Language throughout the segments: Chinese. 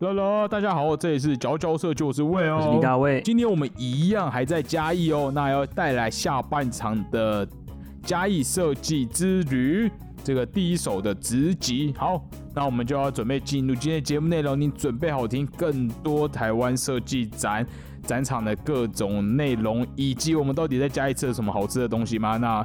啦啦，大家好，这里是佼佼社，就是魏我哦，是李大卫。今天我们一样还在嘉义哦，那要带来下半场的嘉义设计之旅这个第一首的直击。好，那我们就要准备进入今天的节目内容，你准备好听更多台湾设计展展场的各种内容，以及我们到底在嘉义吃了什么好吃的东西吗？那。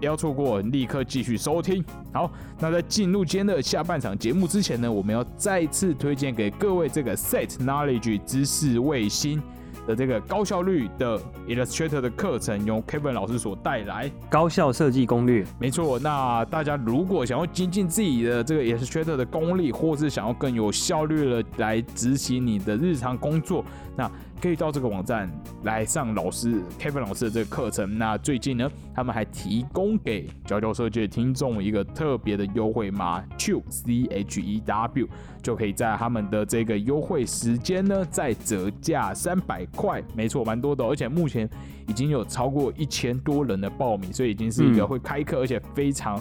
不要错过，立刻继续收听。好，那在进入今天的下半场节目之前呢，我们要再次推荐给各位这个 Set Knowledge 知识卫星。的这个高效率的 Illustrator 的课程，由 Kevin 老师所带来。高效设计攻略，没错，那大家如果想要精进自己的这个 Illustrator 的功力，或是想要更有效率的来执行你的日常工作，那可以到这个网站来上老师 Kevin 老师的这个课程。那最近呢，他们还提供给佼佼设计的听众一个特别的优惠码 Q C H E W，就可以在他们的这个优惠时间呢再折价三百块，没错，蛮多的哦、而且目前已经有超过一千多人的报名，所以已经是一个嗯会开课，而且非常。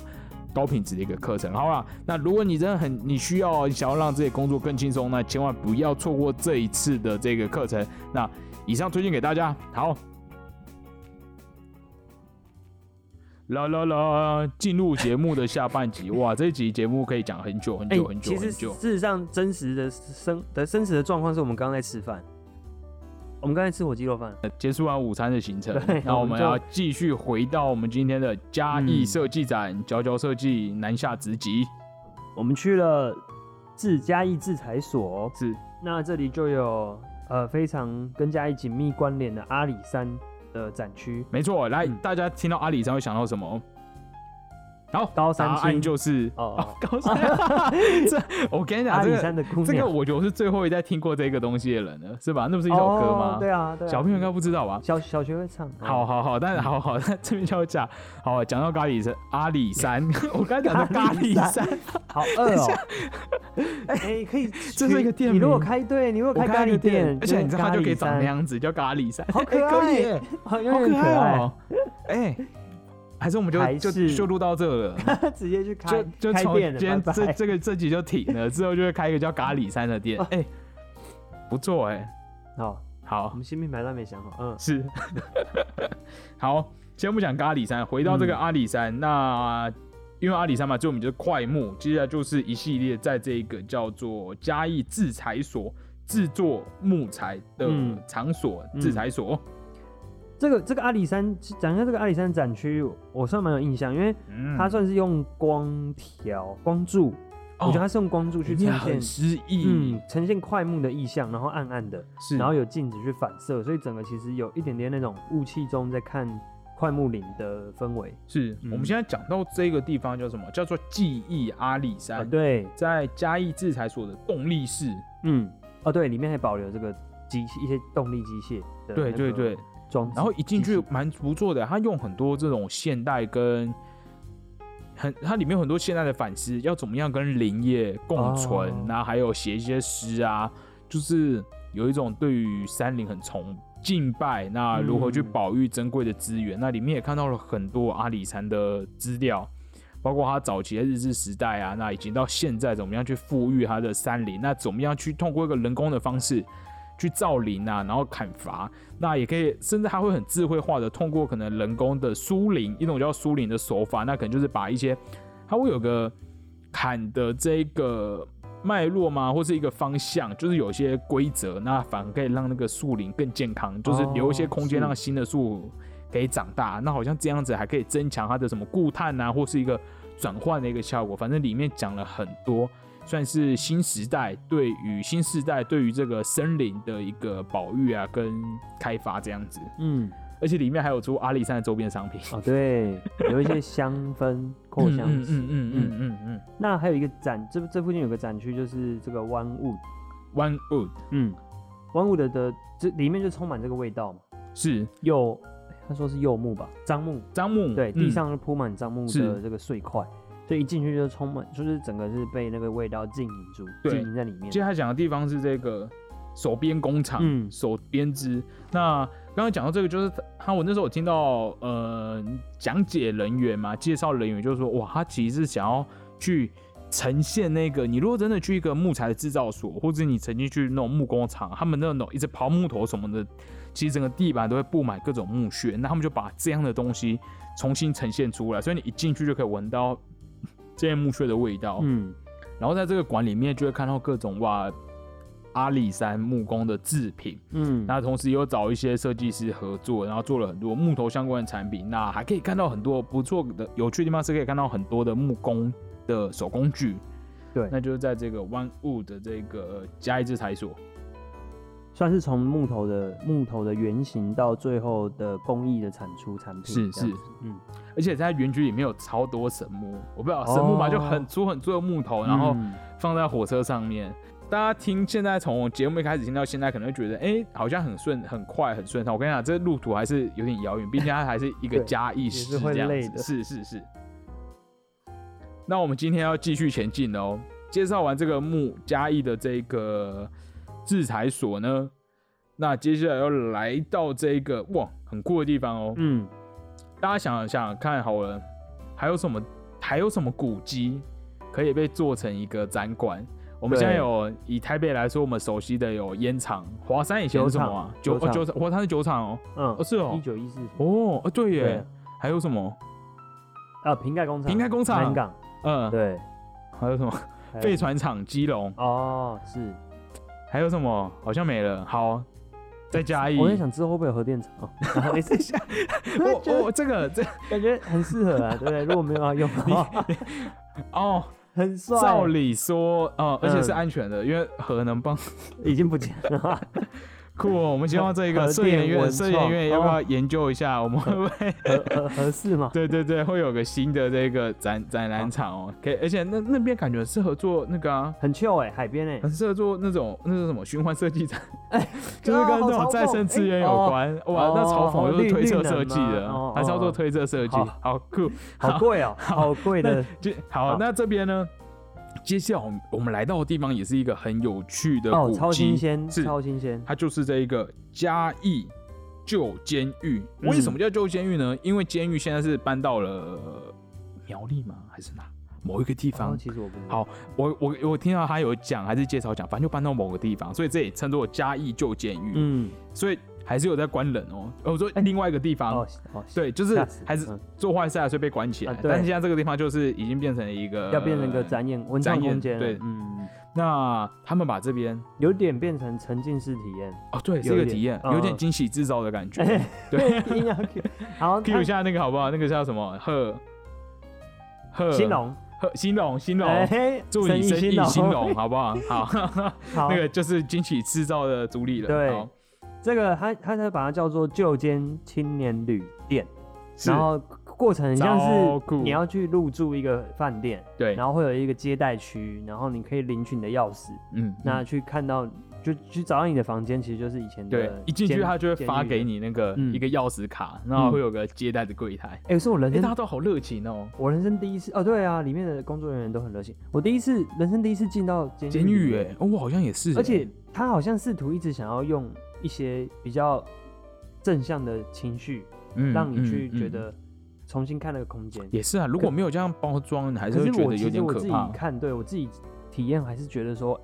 高品质的一个课程。好啦，那如果你真的很你需要想要让自己工作更轻松，那千万不要错过这一次的这个课程。那以上推荐给大家。好，啦啦啦，进入节目的下半集。哇，这一集节目可以讲很久很哎、久很久其很实久。事实上真实的生的真实的状况是我们刚刚在吃饭，我们刚才吃火鸡肉饭，结束完午餐的行程对，那我我们们就要继续回到我们今天的嘉义嗯设计展佼佼设计南下直击，我们去了自嘉义制裁所，是那这里就有呃非常跟嘉义紧密关联的阿里山的展区，没错。来，嗯大家听到阿里山会想到什么？好，高山答案青 就是哦哦，高山。 这我跟你阿啊讲，这里个山的姑娘，这个我就是最后一代听过这个东西的人了，是吧？那不是一首歌吗哦？对啊，对啊，小朋友应该不知道吧？小小学会唱，好嗯，好好，但是好 好，但这边就要讲，好讲到咖喱山，阿里 山，我刚才讲的咖喱山，好饿哦。 哎、可以，这是一个店你如果名开对，你如我果开咖开喱个店店，，而且你知道它咖就可以喱长山那，样子，叫咖喱山，好可哎可以爱耶好有好点可可爱 爱，哦，哎，还是我们还就就是就录到这了。直接去 开就就开从店今了，天拜这拜。这个这集就停了，之后就会开一个叫咖喱山的 店，哎、不错哎、好，我好们新品牌都还没想好，嗯，是， 好，先不讲咖喱山，回到这个嗯阿里山，那因为阿里山嘛，最有名就是快木，接下来就是一系列在这个叫做嘉义制材所制作木材的嗯场所，嗯制材所，这个这个阿里山讲一下这个阿里山展区，我算蛮有印象，因为嗯它算是用光条、光柱，我觉得它是用光柱去去呈哦哎很现，诗意，嗯，呈现快木的意象，然后暗暗的，是，然后有镜子去反射，所以整个其实有一点点那种雾气中在看快木林的氛围是、我们嗯现在讲到这个地方叫什么？叫做记忆阿里山，啊，对，在嘉义制裁所的动力室，嗯，哦对，里面还保留这个机一些动力机械的，对对对，，装置，然后一进去机器蛮不错的，它用很多这种现代跟很，它里面有很多现代的反思，要怎么样跟林业共存哦然后还有写一些诗啊，就是有一种对于山林很崇敬拜，那如何去嗯保育珍贵的资源？那里面也看到了很多阿里山的资料。包括它早期的日治时代啊，那已经到现在怎么样去富裕它的山林？那怎么样去通过一个人工的方式去造林啊，然后砍伐？那也可以，甚至它会很智慧化的通过可能人工的疏林，一种叫疏林的手法，那可能就是把一些它会有个砍的这个脉络吗，或是一个方向，就是有些规则，那反而可以让那个树林更健康，就是留一些空间是让新的树可以长大。那好像这样子还可以增强它的什么固碳啊，或是一个转换的一个效果。反正里面讲了很多，算是新时代对于新时代对于这个森林的一个保育啊跟开发这样子，嗯，而且里面还有出阿里山的周边商品。哦，对，有一些香氛、扩香嗯嗯石。嗯嗯嗯嗯嗯那还有一个展，这这附近有个展区，就是这个湾雾， ，One Wood 嗯，湾雾的的这里面就充满这个味道嘛，是柚，他说是柚木吧，樟木，樟木，对，嗯地上就铺满樟木的是这个碎块，所以一进去就充满，就是整个是被那个味道浸淫住，对浸淫在里面接。下来讲的地方是这个手编工厂，嗯手编织。那刚刚讲到这个，就是他，我那时候有听到呃讲解人员嘛，介绍人员就是说，哇，他其实是想要去呈现那个，你如果真的去一个木材的制造所，或者你曾经去那种木工厂，他们那种一直刨木头什么的，其实整个地板都会布满各种木屑，那他们就把这样的东西重新呈现出来，所以你一进去就可以闻到这些木屑的味道。嗯，然后在这个馆里面就会看到各种哇阿里山木工的制品，嗯，那同时也有找一些设计师合作，然后做了很多木头相关的产品。那还可以看到很多不错的有趣的地方，是可以看到很多的木工的手工具。对那就是在这个湾雾的这个嘉义制裁所。算是从木头的木头的原型到最后的工艺的产出产品，是这样是子，嗯，而且在园区里面有超多神木，我不知道神木嘛，哦就很粗很粗的木头，然后嗯放在火车上面。大家听，现在从节目一开始听到现在，可能会觉得，哎、好像很顺、很快、很顺畅。我跟你讲，这路途还是有点遥 远，毕竟它还是一个对嘉义也市是会这样累子。的是是是。那我们今天要继续前进哦。介绍完这个木嘉义的这个制裁所呢，那接下来要来到这个哇很酷的地方哦。嗯，大家想想看好了，还有什么还有什么古迹可以被做成一个展馆？我们对现在有以台北来说，我们熟悉的有烟厂、华山以前是什么啊？酒酒厂哦酒厂，华山是酒厂哦。嗯哦，是哦一九一四哦，呃对耶，对还有什么？啊，瓶盖工厂，瓶盖工厂南港，嗯，对，还有什么？还有废船厂、基隆，哦，是，还有什么？好像没了。好，再加一。我在想之后会不会有核电厂？哦 然后等一下，我我哦这个这感觉很适合啊，对不对？如果没有要用的话，哦，很帅，照理说，哦，而且是嗯安全的，因为核能帮已经不见了， 酷、哦，我们希望这一个核摄影电院，文摄影院要不创哦要研究一下？我 们会不 会？？合合合适吗对对对，会有个新的这个展展览场哦，可以，而且那那边感觉很适合做那个啊，很 chill 哎，海边哎很，适合做那种那是什么循环设 计展，就是啊跟好那种嘲再生讽资哎源有哦关。哇，哦那嘲讽哦又是绿推绿测能设计吗的哦，还是要做哦推测设计，好好酷。好贵哦，好贵的，就好，好那这边呢，接下来我们我们来到的地方也是一个很有趣的哦，古超迹新鲜，是超新鲜，它就是这一个嘉义旧监狱。嗯为什么叫旧监狱呢？因为监狱现在是搬到了苗栗吗？还是哪某一个地然方后？哦其实我不知道，好，我我我听到他有讲，还是介绍讲，反正就搬到某个地方，所以这也称作嘉义旧监狱。嗯，所以还是有在关人哦。呃我说哎另外一个地方。哦哦，对，就是吓死还是嗯做坏事啊，所以被关起来。啊对但是现在这个地方就是已经变成了一个，要变成一个。展演文创呃展演空间了，对嗯，那他们把这边有点变成沉浸式体验，哦，对，是有一个一点体验，嗯有点惊喜制造的感 觉。对，硬要 Q，好，Q 一它下那个好不好？那个叫什么？贺贺兴隆，贺兴隆，兴隆，哎，呃祝你生意意兴兴，隆，好不好？好， 好那，个就是惊喜制造的主理人。对好，这个他他才把它叫做旧间青年旅店，是然后过程很像超是酷你要去入住一个饭店，对，然后会有一个接待区，然后你可以领取你的钥匙，嗯，那嗯去看到就去找到你的房间，其实就是以前的对，一进去监他就会发给。监狱你那个嗯一个钥匙卡，然后会有个接待的柜台。哎、是我人哎，大生家都好热情哦，我人生第一次哦，对啊，里面的工作人员都很热情。我第一次人生第一次进到监狱，监狱哎，，哦我好像也是，而且他好像试图一直想要用一些比较正向的情绪，嗯让你去嗯嗯觉得重新看那个空间。也是啊，如果没有这样包装，你还是可会是觉我得有其实点我可自己怕。看，对我自己体验还是觉得说，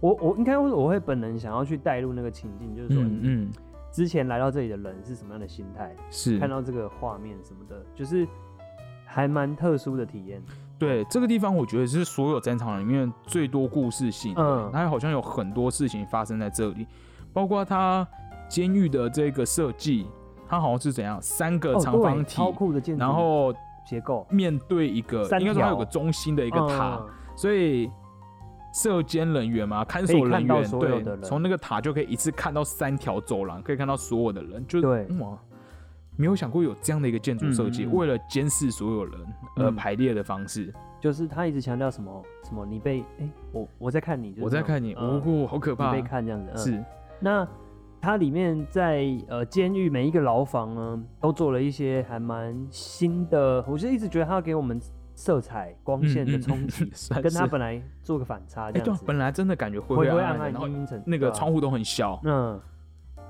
我我应该会我会本能想要去带入那个情境，就是说，嗯嗯，之前来到这里的人是什么样的心态，是看到这个画面什么的，就是还蛮特殊的体验。对这个地方，我觉得是所有战场里面最多故事性的。嗯它好像有很多事情发生在这里，包括它监狱的这个设计，它好像是怎样三个哦长对方体，超酷的建筑，然后结构面对一个，三应该说它有个条嗯中心的一一个塔，所以。射监人员嘛，看可以守人看到员，所有的对，人从那个塔就可以一次看到三条走廊，可以看到所有的人，就对哇，没有想过有这样的一个建筑设计，嗯嗯嗯为了监视所有人而嗯排列的方式。就是他一直强调什么什么，你被哎、我我在看你，就是我在看你，那种哦，嗯哦好可怕你被！看这样子，嗯、是，那它里面在呃监狱每一个牢房呢，都做了一些还蛮新的，我是一直觉得它要给我们色彩光线嗯的冲 击，击跟它本来做个反差这哎，对样啊子，，本来真的感觉灰灰灰灰暗暗的，暗然后阴阴沉，那个对啊窗户都很小，嗯。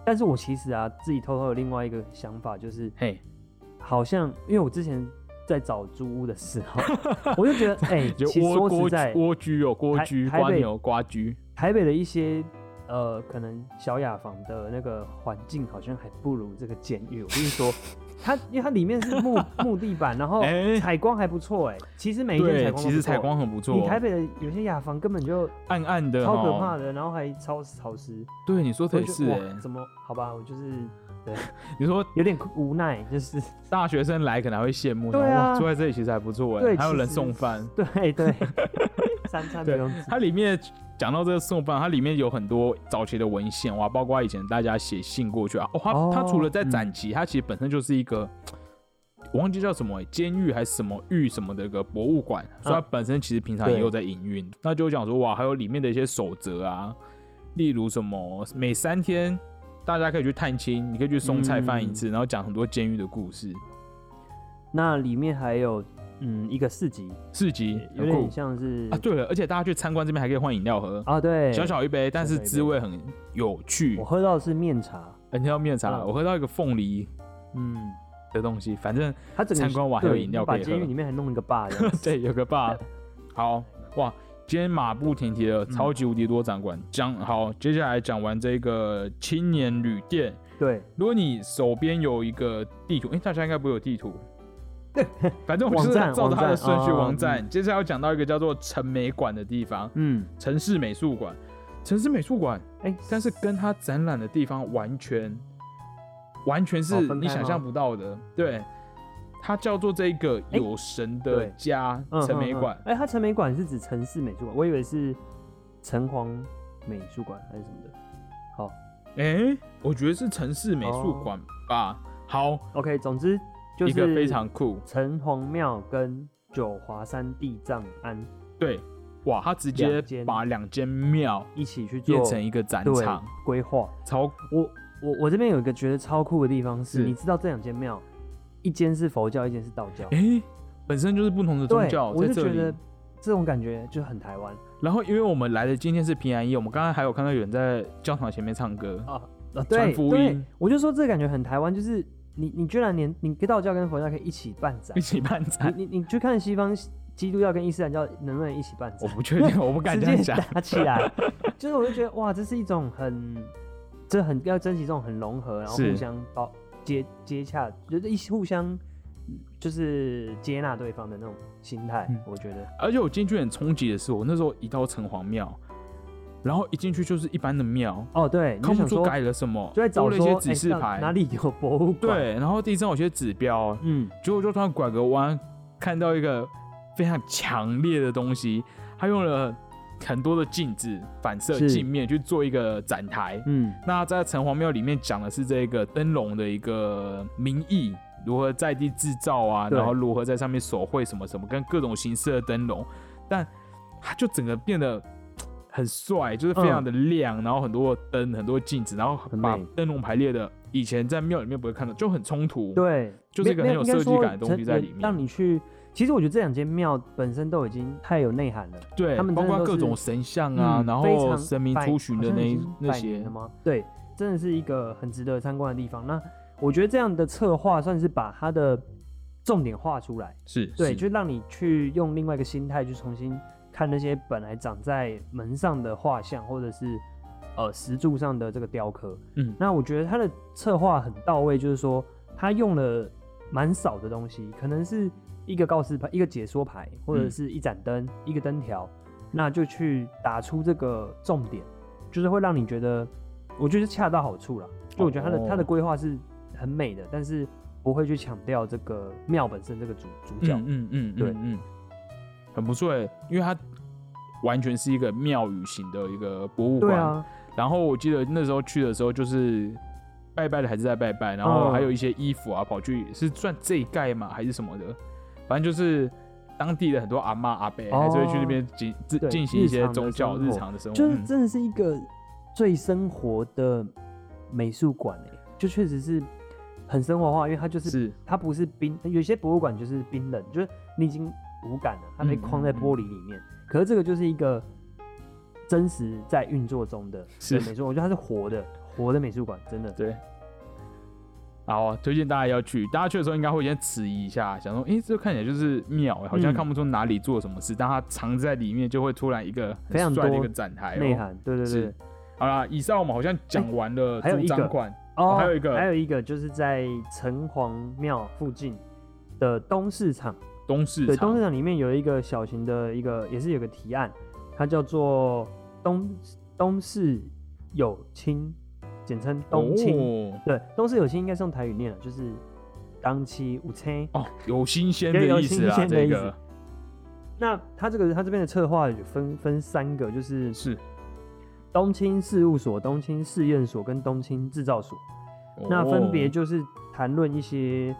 但是我其实啊，自己偷偷有另外一个想法，就是嘿，好像因为我之前在找租屋的时 候，我就觉得，哎、就其实蜗说蜗实在，蜗居哦，蜗台居台瓜北牛瓜居，台北的一些呃，可能小雅房的那个环境好像还不如这个监狱。我跟你说，它因为它里面是 木木地板，然后哎采光还不错哎、其实每一间采对，光其都实不错采光很不错你台哦，北的有些雅房根本就暗暗的，超可怕。的，然后还超潮湿。对，你说我的也就是哇哎，怎么好吧？我就是你说有点无奈，就是 大学生来可能还会羡慕，对然后啊哇，住在这里其实还不错哎，对还有其人实送饭。对对，三餐不对用吃。 它里面讲到这个送饭，它里面有很多早期的文献哇，包括以前大家写信过去啊。哦，它哦它除了在展期，它其实本身就是一个。我忘记叫什么欸监狱还是什么狱什么的一个博物馆，所以它本身其实平常也有在营运。那就讲说哇，还有里面的一些守则啊，例如什么每三天大家可以去探亲，你可以去送菜饭一次，嗯然后讲很多监狱的故事。那里面还有嗯一个市集，市集有很酷点像是啊，对了，而且大家去参观这边还可以换饮料喝，啊对，小小一杯，但是小小一杯滋味很有趣我。喝到的是面茶，很像面茶，嗯我喝到一个凤梨嗯，的东西，反正它整个参观完还有对饮料把可以喝监狱里面还弄一个坝这样子， 对有个 爸。好哇，今天马不停蹄的超级无敌多展馆讲、好，接下来讲完这个青年旅店。对，如果你手边有一个地图，哎、大家应该不会有地 图。反正我就是网站照它的顺序网站哦网站。接下来要讲到一个叫做城美馆的地方，嗯，城市美术馆。城市美术馆哎，但是跟它展览的地方完全完全是哦分开吗你想象不到的。对，它叫做这个有神的哎对家嗯陈美馆嗯，嗯哎，它城美馆是指城市美术馆，我以为是城隍美术馆还是什么的。好哎、嗯我觉得是城市美术馆吧。好， ，OK，总之就一是个非常酷，城隍庙跟九华山地藏庵对，哇，他直接两间把两间庙一起去做变成一个展对场，规划。超我我我这边有一个觉得超酷的地方是，是你知道这两间庙，一间是佛教，一间是道教。哎、本身就是不同的宗对，教我在就这觉里得。这种感觉就很台湾然后，因为我们来的今天是平安夜，我们刚刚还有看到有人在教堂前面唱歌，啊啊！传对福对音， 我就说这感觉很台湾，就是你你居然连你道教跟佛教可以一起办展啊一，起办展。你你你去看西方基督教跟伊斯兰教能不能一起办 我展，不确定，我不敢哦这样直接讲。打起来， 就是我就觉得哇，这是一种很这很要珍惜这种很融合，然后是互相包接接洽，就是一起互相。就是接纳对方的那种心态，嗯我觉得而且我进去很冲击的是，我那时候一到城隍庙，然后一进去就是一般的庙，哦，对，你就看不想出说改了什么，就在找多了一说些指哎示那牌，哪里有博物馆，对，然后地上有些指标，嗯，结果就突然拐个弯，看到一个非常强烈的东西，他用了很多的镜子反射是镜面去做一个展台。嗯，那在城隍庙里面讲的是这个灯笼的一个名义，如何在地制造啊，对然后如何在上面手绘什么什么，跟各种形式的灯笼，但它就整个变得嘖很帅，就是非常的亮，然后很多灯、很多镜子，然后嗯很把美灯笼排列的，以前在庙里面不会看到，就很冲突。，对，就是没一个没很有应该设计说感的东成西在有里面让你去，其实我觉得这两间庙本身都已经太有内涵了。对，他们包真的括都各是种神像啊，嗯然非后常神明百出巡的好像那已经那百年些了，吗？对，真的是一个很值得参观的地方。那我觉得这样的策划算是把它的重点画出来，是对，是就让你去用另外一个心态去重新看那些本来长在门上的画像，或者是呃石柱上的这个雕刻。嗯那我觉得他的策划很到位，就是说他用了蛮少的东西，可能是一个告示牌、一个解说牌，或者嗯是一盏灯、一个灯条，那就去打出这个重点，就是会让你觉得，我觉得恰到好处了。就我觉得他的、他的哦规划是很美的，但是不会去强调这个庙本身这个主主角。嗯嗯嗯，对嗯嗯，很不错哎，因为它完全是一个庙宇型的一个博物对馆。啊，然后我记得那时候去的时候，就是拜拜的还是在拜拜，然后嗯还有一些衣服啊，跑去是算这一盖嘛还是什么的，反正就是当地的很多阿妈阿伯、哦还是会去那边进进对进行一些日常的宗教生活日常的生活，就是嗯真的是一个最生活的美术馆诶，就确实是很生活化，因为它就是是它不是冰，有些博物馆就是冰冷，就是你已经无感了，它被框在玻璃里嗯面。可是这个就是一个真实在运作中的是美术，我觉得它是活的，活的美术馆，真的。对。好啊，推荐大家要去。大家去的时候应该会先迟疑一下，想说，诶、这看起来就是庙、好像嗯看不出哪里做了什么事，但它藏在里面就会突然一个非常很帅的一多个展台、内哦。涵，对对是对。好啦，以上我们好像讲完了还有主一张个馆，哦还有一个还有一个就是在城隍庙附近的东市场，东市对，场哦东市场里面有一个小型的一个，也是有个提案，它叫做东东市有亲，简称东青。哦对，东市有亲应该是用台语念的，就是当期五千。哦，有新鲜有的有意思新啊，鲜的这意个那它这个它这边的策划有分分三个，就是是。东青事务所、东青试验所跟东青制造所。那分别哦就是谈论一些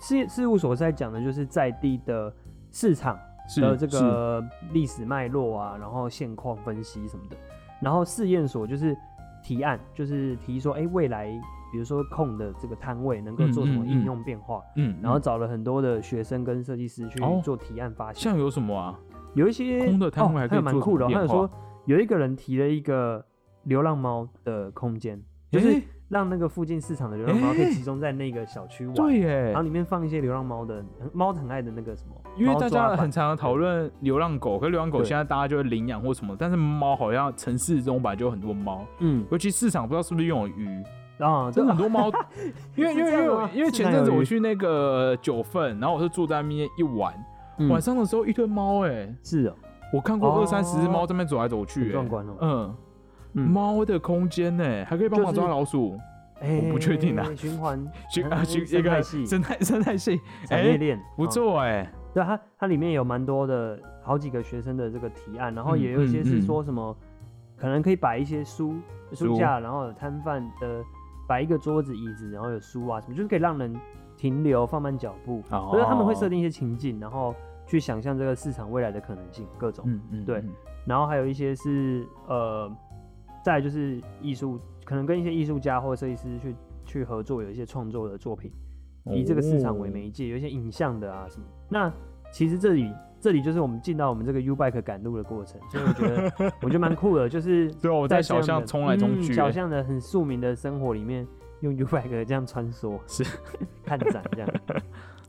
事事务所在讲的就是在地的市场是呃的这是个历史脉络啊，然后现况分析什么的。然后试验所就是提案，就是提说，哎、未来比如说空的这个摊位能够做什嗯么嗯嗯应用变化。嗯，然后嗯找了很多的学生跟设计师去哦做提案发想，像有什么啊？有一些空的摊位还哦可以还有蛮做什么酷的哦、还变有化说有一个人提了一个流浪猫的空间，就是诶让那个附近市场的流浪猫可欸以集中在那个小区玩，对耶然后，里面放一些流浪猫的猫很爱的那个什么，因为猫大抓家板很常讨论流浪狗，可是流浪狗对现在大家就会领养或什么，但是猫好像城市中本来就有很多猫，嗯尤其市场不知道是不是拥有鱼，啊，真真的的很多 猫，因为因为因是这样为吗因为前阵子我去那个九份，然后我是住在那边一晚，晚上的时候一堆猫哎，是哦，我看过嗯哦二三十只猫在那边走来走去、很欸，壮观哦嗯。嗯猫的空间呢，还可以帮忙抓老鼠，哎我不确定啊循环 去啊嗯去生一个态系生态生态系，产业哎，链不啊错哎，对，它它里面有蛮多的好几个学生的这个提案，然后嗯也有一些嗯是嗯说什么，可能可以摆一些书书书架，然后有摊贩的摆一个桌子椅子，然后有书啊什么，就是可以让人停留放慢脚步。哦所以他们会设定一些情境，然后去想象这个市场未来的可能性各种。嗯嗯，对嗯然后还有一些是呃，再来就是艺术，可能跟一些艺术家或设计师去去合作，有一些创作的作品。哦嗯以这个市场为媒介，有一些影像的啊什么。那其实这里这里就是我们进到我们这个 U Bike 赶路的过程，所以我觉得 我觉得蛮酷的，就是对啊，我在小这巷样的冲来冲嗯去、欸小巷的很庶民的生活里面，用 U Bike 这样穿梭，是 看展这样，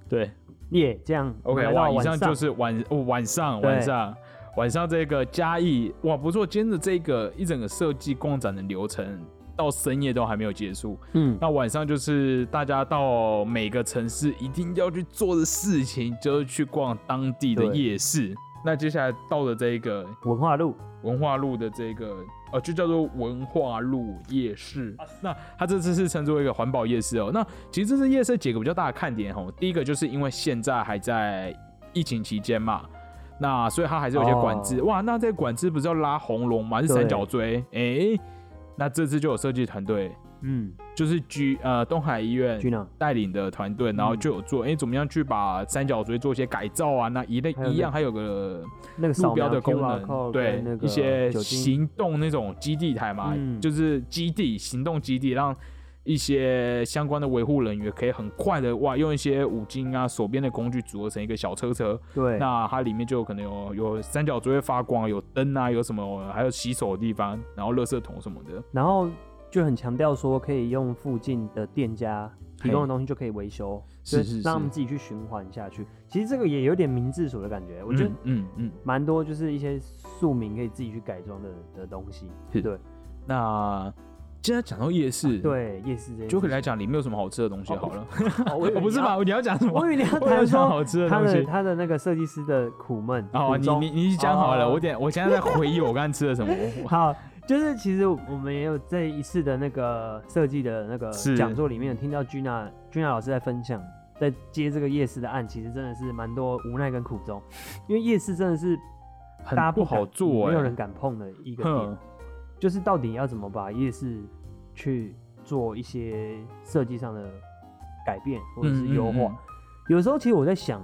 对耶、这样我，OK，们来哇，到以晚上上就是晚哦晚上晚对上晚上这个嘉义，哇，不错，今天的这个一整个设计逛展的流程。到深夜都还没有结束，嗯那晚上就是大家到每个城市一定要去做的事情，就是去逛当地的对夜市。那接下来到了这个文化路，文化路的这个，呃，就叫做文化路夜市。啊那它这次是称作一个环保夜市哦。那其实这次夜市几个比较大的看点哦，第一个就是因为现在还在疫情期间嘛，那所以它还是有一些管制。哦哇，那这个管制不是要拉红龙吗？还是对三角锥？哎、那这次就有设计团队，嗯，就是居呃东海医院居长带领的团队，嗯然后就有做，哎、怎么样去把三角锥做一些改造啊？那一类还有一那样还有个那个路扫标描的功 QR 能， code 对跟那个一些酒精，行动那种基地台嘛，嗯就是基地行动基地，让一些相关的维护人员可以很快的哇，用一些五金啊手边的工具组合成一个小车车，对，那它里面就有可能有有三角锥会发光，有灯啊，有什么还有洗手的地方，然后垃圾桶什么的，然后就很强调说可以用附近的店家提供的东西就可以维修，是就是让他是们自己去循环下去。其实这个也有点民治所的感觉，我觉得嗯嗯。嗯蛮多就是一些庶民可以自己去改装的的东西。是对那既然讲到夜市，，啊对，夜市这些就可以来讲里面有什么好吃的东西哦好了。 哦，我以为我不你是要吧？？你要讲什么？我以为你要我要谈讲说好吃的他东的西。他的那个设计师的苦闷哦，苦你衷你你讲好了，哦我点我现在在回忆我刚才吃了什 么。我好，就是其实我们也有这一次的那个设计的那个是讲座里面有听到君娜君娜老师在分享，在接这个夜市的案，其实真的是蛮多无奈跟苦衷，因为夜市真的是大很家不敢好做哎，没有人敢碰的一个哼点，就是到底要怎么把夜市去做一些设计上的改变或者是优化。嗯嗯嗯有时候其实我在想，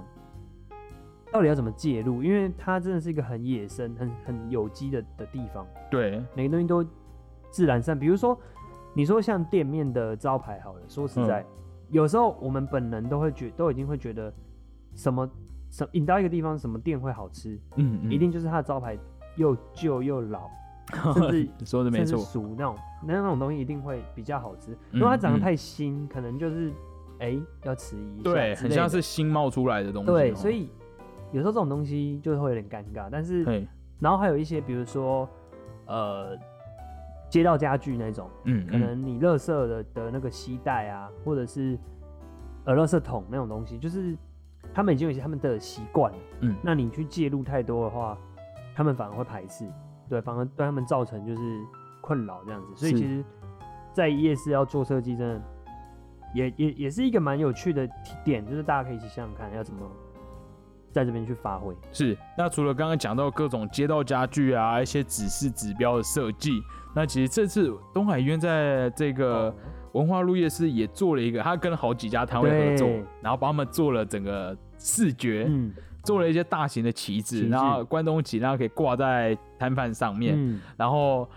到底要怎么介入，因为它真的是一个很野生、很很有机的的地方。对，每个东西都自然散。比如说，你说像店面的招牌好了，说实嗯在，有时候我们本能都会觉，都已经会觉得什么什引到一个地方，什么店会好吃，嗯，嗯 一定就是它的招牌又旧又老，甚至说的没甚至错，嗯熟那种那那种东西一定会比较好吃。如果它长得太新，可能就是哎、要迟疑一下之对，类的，很像是新冒出来的东西哦。对，所以有时候这种东西就是会有点尴尬。但是嘿，然后还有一些，比如说呃，街道家具那种，嗯，可能你垃圾的的那个吸带啊，或者是呃垃圾桶那种东西，就是他们已经有一些他们的习惯了。嗯那你去介入太多的话，他们反而会排斥，对，反而对他们造成就是困扰这样子。所以是其实，在夜市要做设计，真的也也也是一个蛮有趣的点，就是大家可以一起想想看要怎么在这边去发挥。是，那除了刚刚讲到各种街道家具啊，一些指示指标的设计，那其实这次东海医院在这哦个文化路夜市也做了一个，他跟好几家摊位合作对，然后帮他们做了整个视觉，嗯做了一些大型的旗旗帜，帜然后关东旗，然后可以挂在摊贩上面，嗯，然后。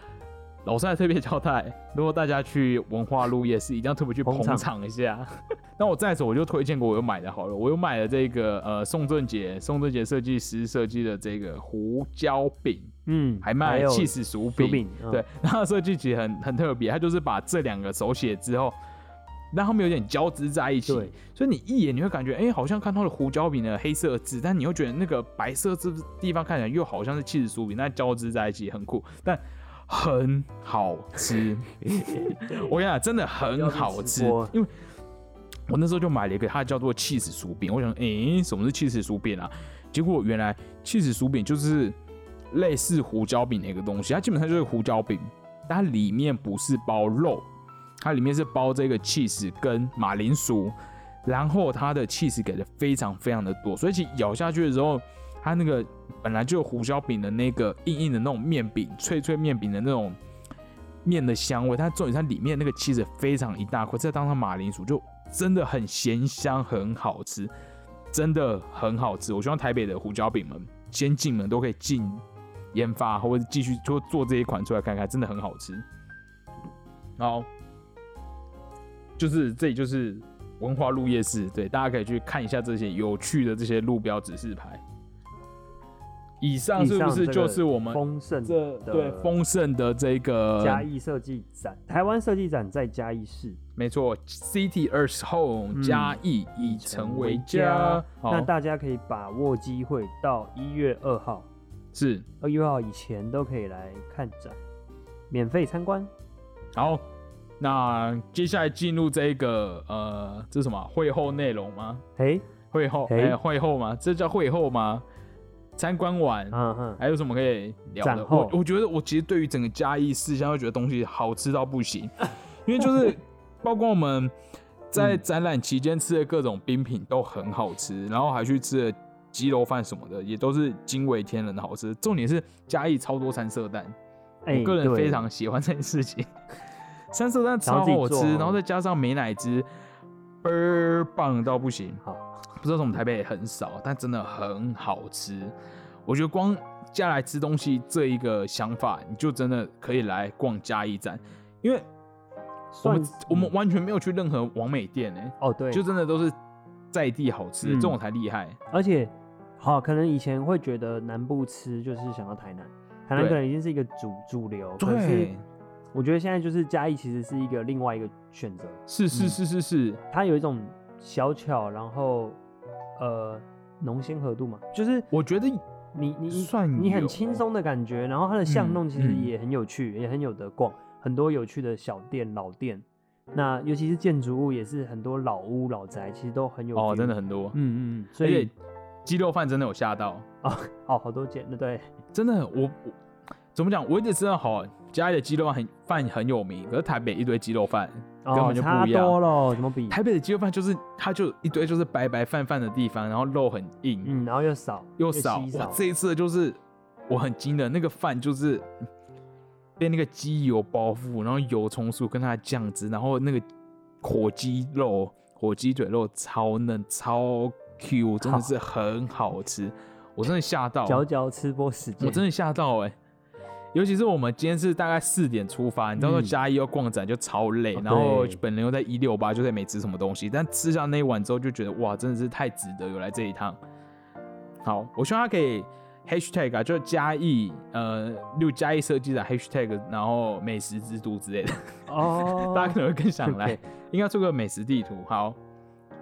老师还特别交代，如果大家去文化路夜市，一定要特别去捧捧场场一下。 那我再走，我就推荐过我有买的好了，我有买了这个呃宋正杰宋正杰设计师设计的这个胡椒饼，嗯，还卖有气死薯薯饼，饼，嗯对，，然后设计其实很很特别，它就是把这两个手写之后，让它们有点交织在一起，对所以你一眼你会感觉，哎、好像看到了胡椒饼的黑色的字，但你又觉得那个白色字地方看起来又好像是气质酥饼，那交织在一起很酷，但很好吃。 我跟你讲，真的很好吃要去吃播，因为。我那时候就买了一个，它叫做 cheese 薯饼。我想，诶、什么是 cheese 薯饼啊？结果原来 cheese 薯饼就是类似胡椒饼的一个东西，它基本上就是胡椒饼，但它里面不是包肉，它里面是包这个 cheese 跟马铃薯，然后它的 cheese 给的非常非常的多，所以其实咬下去的时候，它那个本来就有胡椒饼的那个硬硬的那种面饼，脆脆面饼的那种面的香味，它重点它里面那个 cheese 非常一大块，再当上马铃薯，就真的很咸香，很好吃，真的很好吃。我希望台北的胡椒饼们、先进们都可以进研发，或者继续做做这一款出来看看，真的很好吃。好，就是这里就是文化路夜市，对，大家可以去看一下这些有趣的这些路标指示牌。以上以是不上是这个就是我们丰盛这的对丰盛的这个嘉义设计展，台湾设计展在嘉义市。没错，City Earth Home 嗯嘉义已成为家。那好，大家可以把握机会到一月二号，是二月二号以前都可以来看展，免费参观。好。那接下来进入这个呃，这是什么啊会后内容吗？哎，会后哎、诶会后吗？这叫会后吗？参观完、嗯哼，还有什么可以聊的？展后我我觉得我其实对于整个嘉义市乡，会觉得东西好吃到不 行，因为就是包括我们嗯在展览期间吃的各种冰品都很好吃，然后还去吃了鸡肉饭什么的，也都是惊为天人的好吃。重点是嘉义超多三色蛋，哎，我个人对非常喜欢这件事情。 三色蛋然超后自己好做吃，哦然后再加上美乃滋，倍儿棒到不行。好，不知道为什么台北也很少，但真的很好吃。我觉得光下来吃东西这一个想法，你就真的可以来逛嘉义站，因为我算们我们完全没有去任何完美店哎、哦对，就真的都是在地好吃，嗯这种才厉害。而且好，可能以前会觉得南部吃就是想到台南，台南对可能已经是一个主主流，可是我觉得现在就是嘉义其实是一个另外一个选择，是是是是是，它有一种小巧，然后呃浓鲜合度嘛，就是我觉得你你你算你很有哦轻松的感觉，然后它的巷弄其实嗯嗯也很有趣，也很有得逛，很多有趣的小店、老店。那尤其是建筑物，也是很多老屋、老宅，其实都很有哦， feel 真的，很多。嗯嗯嗯，所而且以鸡肉饭真的有吓到，哦，好多间，对，真的我我怎么讲？我一直知道好嘉义的鸡肉饭很饭很有名，可是台北一堆鸡肉饭，根哦本，就不差一样多了，怎么比？台北的鸡肉饭就是它就一堆就是白白泛泛的地方，然后肉很硬、嗯，然后又少又少。稀哇少，这一次就是我很惊的，那个饭就是嗯被那个鸡油包覆，然后油葱酥跟它的酱汁，然后那个火鸡肉、火鸡腿肉超嫩超 Q，真的是很好吃，我真的吓到，嚼嚼吃播时间，我真的吓到哎、尤其是我们今天是大概四点出发，你知道说嗯嘉义要逛展就超累，哦然后对本人又在一六八，就在没吃什么东西，但吃下那一碗之后就觉得哇，真的是太值得有来这一趟。好，我希望他可以 hashtag 啊，就是嘉义呃六嘉义设计的 hashtag，然后美食之都之类的，哦， 大家可能会更想来 OK。应该做个美食地图。好，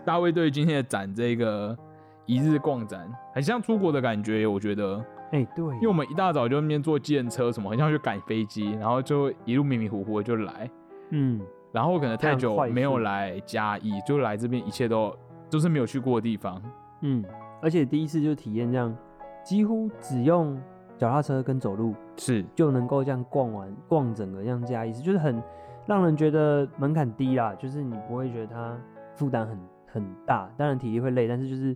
大卫对于今天的展这个一日逛展，很像出国的感觉，我觉得。哎，对，因为我们一大早就在那边坐计程车什么，很像去赶飞机，然后就一路迷迷糊糊的就来，嗯，然后可能太久非常快速没有来嘉义，就来这边一切都都是没有去过的地方。嗯，而且第一次就体验这样，几乎只用脚踏车跟走路是，就能够这样逛完逛整个这样加一次，就是很让人觉得门槛低啦，就是你不会觉得它负担很很大，当然体力会累，但是就是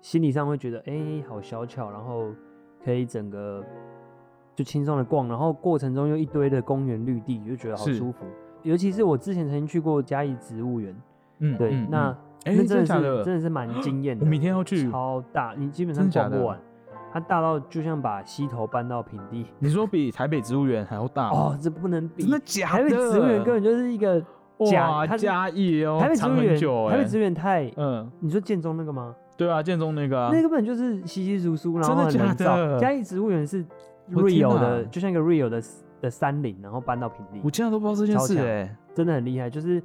心理上会觉得哎、诶好小巧，然后可以整个就轻松的逛，然后过程中又一堆的公园绿地，就觉得好是舒服。尤其是我之前曾经去过嘉义植物园，嗯，对，嗯那、嗯哎、真那真的的假是的？真的是蛮惊艳的。我明天要去。超大，你基本真的上假逛不的完，它大到就像把溪头搬到平地。你说比台北植物园还要大吗？哦，这不能比啊真。的假的？台北植物园根本就是一个假哇，它是嘉义哦，台北植藏物很久园，哎、台北植物园太，嗯，你说建中那个吗？对啊，建中那个、啊那，个根本就是稀稀疏疏，然真后的很假难的造。嘉义植物园是我天 real 哪的，就像一个 real 的的山林，然后搬到平我地，竟然都不知道这件超事强哎、真的很厉害。就是，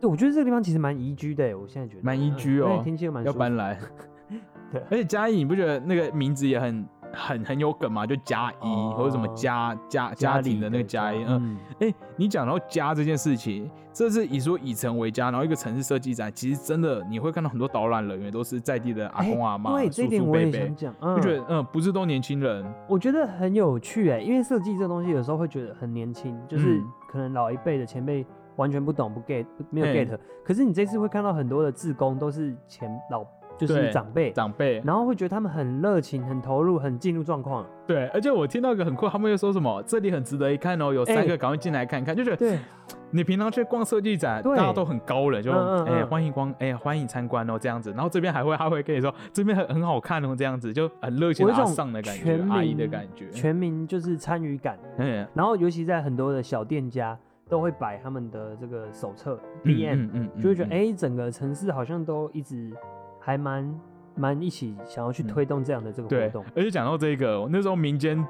对我觉得这个地方其实蛮宜居的，欸我现在觉得蛮宜居哦嗯因为天气又蛮要舒服。搬来 对而且嘉义，你不觉得那个名字也很很很有梗吗？就嘉义、哦或者什么家家家庭的那个嘉义。嗯，嗯，哎、你讲到家这件事情，这是以说以城为家，然后一个城市设计展，其实真的你会看到很多导览人员都是在地的阿公阿妈、哎叔对，这一点叔我伯也想伯。讲，就嗯，觉得嗯，不是都年轻人，我觉得很有趣哎、因为设计这东西有时候会觉得很年轻，就是嗯可能老一辈的前辈完全不懂不 get 没有嘿 get，、可是你这次会看到很多的志工都是前老就对是长辈，长辈然后会觉得他们很热情、很投入、很进入状况，对，而且我听到一个很酷，他们又说什么这里很值得一看哦，有三个赶快进来看看，就觉得哎对，你平常去逛设计展，对大家都很高冷，就哎、嗯嗯嗯欢迎光哎、欢迎参观哦这样子，然后这边还会他会跟你说这边很很好看哦这样子，就很热情我的有一阿种上的感觉全，民阿姨的感觉，全民就是参与感，嗯然后尤其在很多的小店家都会摆他们的这个手册嗯 DM，、嗯嗯嗯就会觉得嗯哎、整个城市好像都一直还蛮蛮一起想要去嗯推动这样的这个活对动。，而且讲到这个，我那时候民间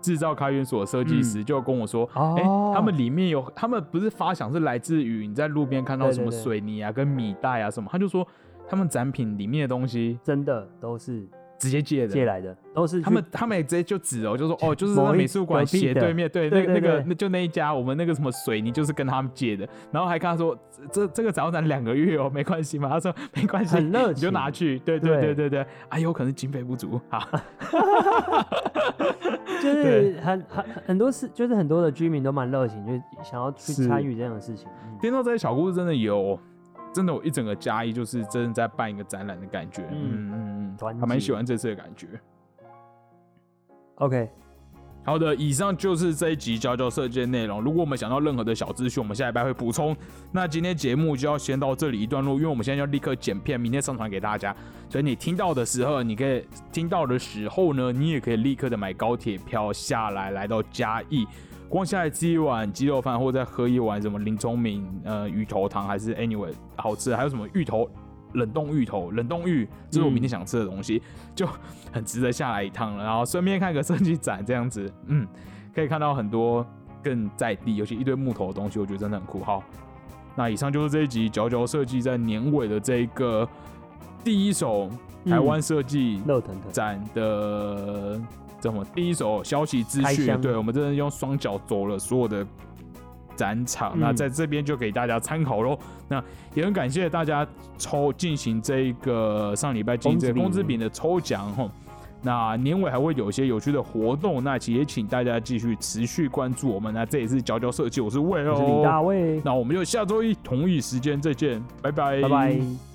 制造开源所设计嗯师就跟我说。哦哎、他们里面有，他们不是发想是来自于你在路边看到对什对么对水泥啊、跟米袋啊什么，他就说他们展品里面的东西真的都是直接借的，借来的，都是去他们他们也直接就指哦，就说哦，就是某那一美术馆隔壁斜的对面，对，那对个那对个对那就那一家，我们那个什么水泥就是跟他们借的，然后还跟他说这这这个早展览两个月哦，没关系嘛，他说没关系，很热你就情拿去，对对对对对对，哎呦，可能经费不足啊， 就是很很很多事，就是很多的居民都蛮热情，就想要去是参与这样的事情。嗯听到这些小故事真的有，真的有一整个嘉义就是真的在办一个展览的感觉，嗯嗯嗯嗯，团还蛮结喜欢这次的感觉。 OK，好的，以上就是这一集教教射箭内容。如果我们想到任何的小资讯，我们下礼拜会补充。那今天节目就要先到这里一段落，因为我们现在要立刻剪片，明天上传给大家。所以你听到的时候，你可以听到的时候呢，你也可以立刻的买高铁票下来，来到嘉义。光下来啊吃一碗鸡肉饭，或者再喝一碗什么林聪明呃鱼头汤，还是 anyway 好吃的，还有什么芋头冷冻芋头、冷冻芋，这是我明天想吃的东西，就很值得下来一趟了。然后顺便看个设计展，这样子，嗯，可以看到很多更在地，尤其一堆木头的东西，我觉得真的很酷。好，那以上就是这一集佼佼设计在年尾的这个第一首台湾设计肉嗯腾腾，展的怎么第一手消息资开讯，箱对我们真的用双脚走了所有的展场，嗯那在这边就给大家参考喽。那也很感谢大家抽进行这一个上礼拜进行这个工工资资饼饼的抽奖吼。那年尾还会有一些有趣的活动，那其实也请大家继续持续关注我们。那这里是佼佼设计，我是魏我是李大哦。卫，那我们就下周一同一时间再见，拜拜，拜拜。